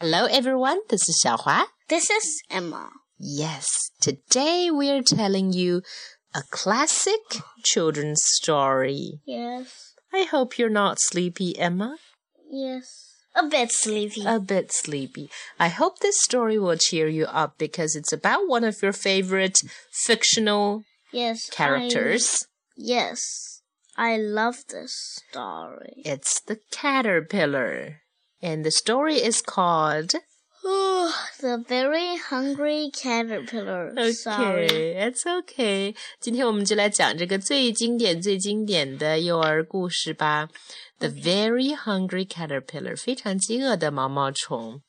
Hello, everyone. This is Xiaohua. This is Emma. Yes, today we're telling you a classic children's story. Yes. I hope you're not sleepy, Emma. Yes. A bit sleepy. A bit sleepy. I hope this story will cheer you up because it's about one of your favorite fictional yes. I- characters. yes. I love this story. It's the caterpillar. And the story is called. the very hungry caterpillar. Sorry. Okay, it's okay. 今天我们就来讲这个最经典、最经典的幼儿故事吧。The very hungry caterpillar，非常饥饿的毛毛虫。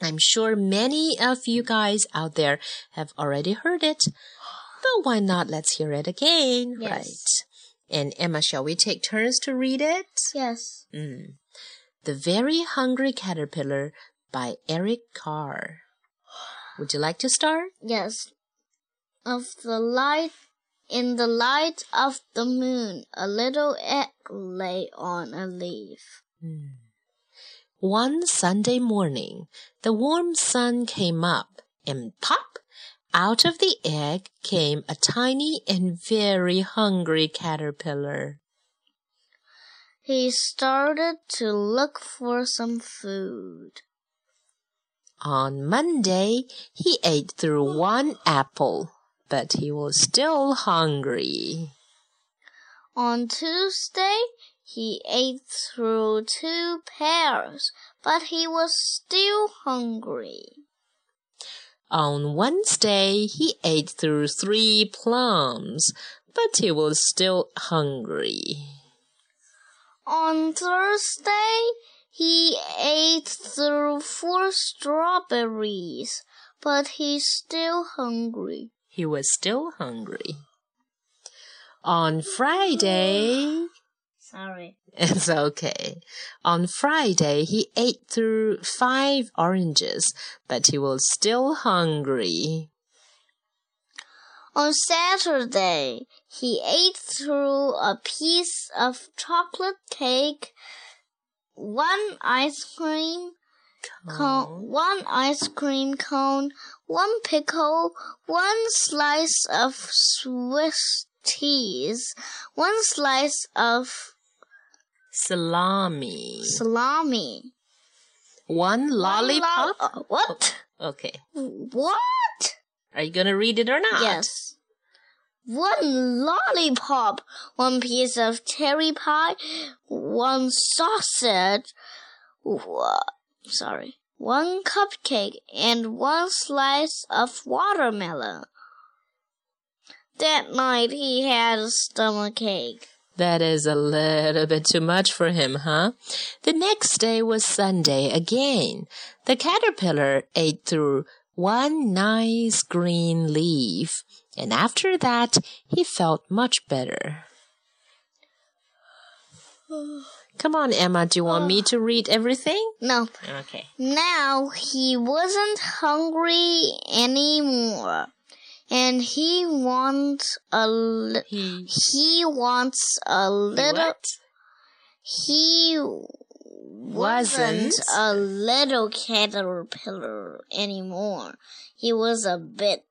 I'm sure many of you guys out there have already heard it, but why not? Let's hear it again, Yes. right? And Emma, shall we take turns to read it? Yes. Mm. The Very Hungry Caterpillar by Eric Carr. Would you like to start? Yes. Of the light, in the light of the moon, a little egg lay on a leaf. One Sunday morning, the warm sun came up, and pop! Out of the egg came a tiny and very hungry caterpillar. He started to look for some food. On Monday, he ate through one apple, but he was still hungry. On Tuesday, he ate through two pears, but he was still hungry. On Wednesday, he ate through three plums, but he was still hungry. On Thursday, he ate through four strawberries, but he's still hungry. He was still hungry. On Friday, Sorry. it's okay. On Friday, he ate through five oranges, but he was still hungry. On Saturday, he ate through a piece of chocolate cake, one ice cream, cone, one ice cream cone, one pickle, one slice of Swiss cheese, one slice of Salami. salami. One lollipop. Lo- uh, what? Okay. What? Are you gonna read it or not? Yes. One lollipop, one piece of cherry pie, one sausage, wha- sorry, one cupcake, and one slice of watermelon. That night he had a stomach ache. That is a little bit too much for him, huh? The next day was Sunday again. The caterpillar ate through one nice green leaf, and after that, he felt much better. Come on, Emma, do you want me to read everything? No, Okay. now he wasn't hungry anymore, and he wants a li- He. He wants a little. What? He wasn't a little caterpillar anymore. He was a bit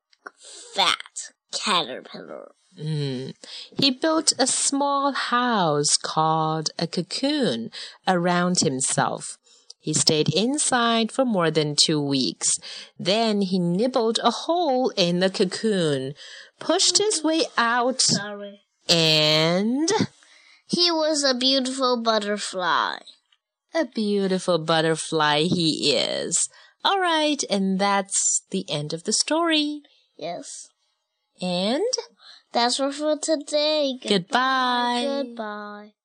fat caterpillar. Mm. He built a small house called a cocoon around himself. He stayed inside for more than two weeks. Then he nibbled a hole in the cocoon, pushed his way out, Sorry. and He was a beautiful butterfly. a beautiful butterfly he is. All right, and that's the end of the story. Yes. And That's all for today. Good- goodbye. Goodbye.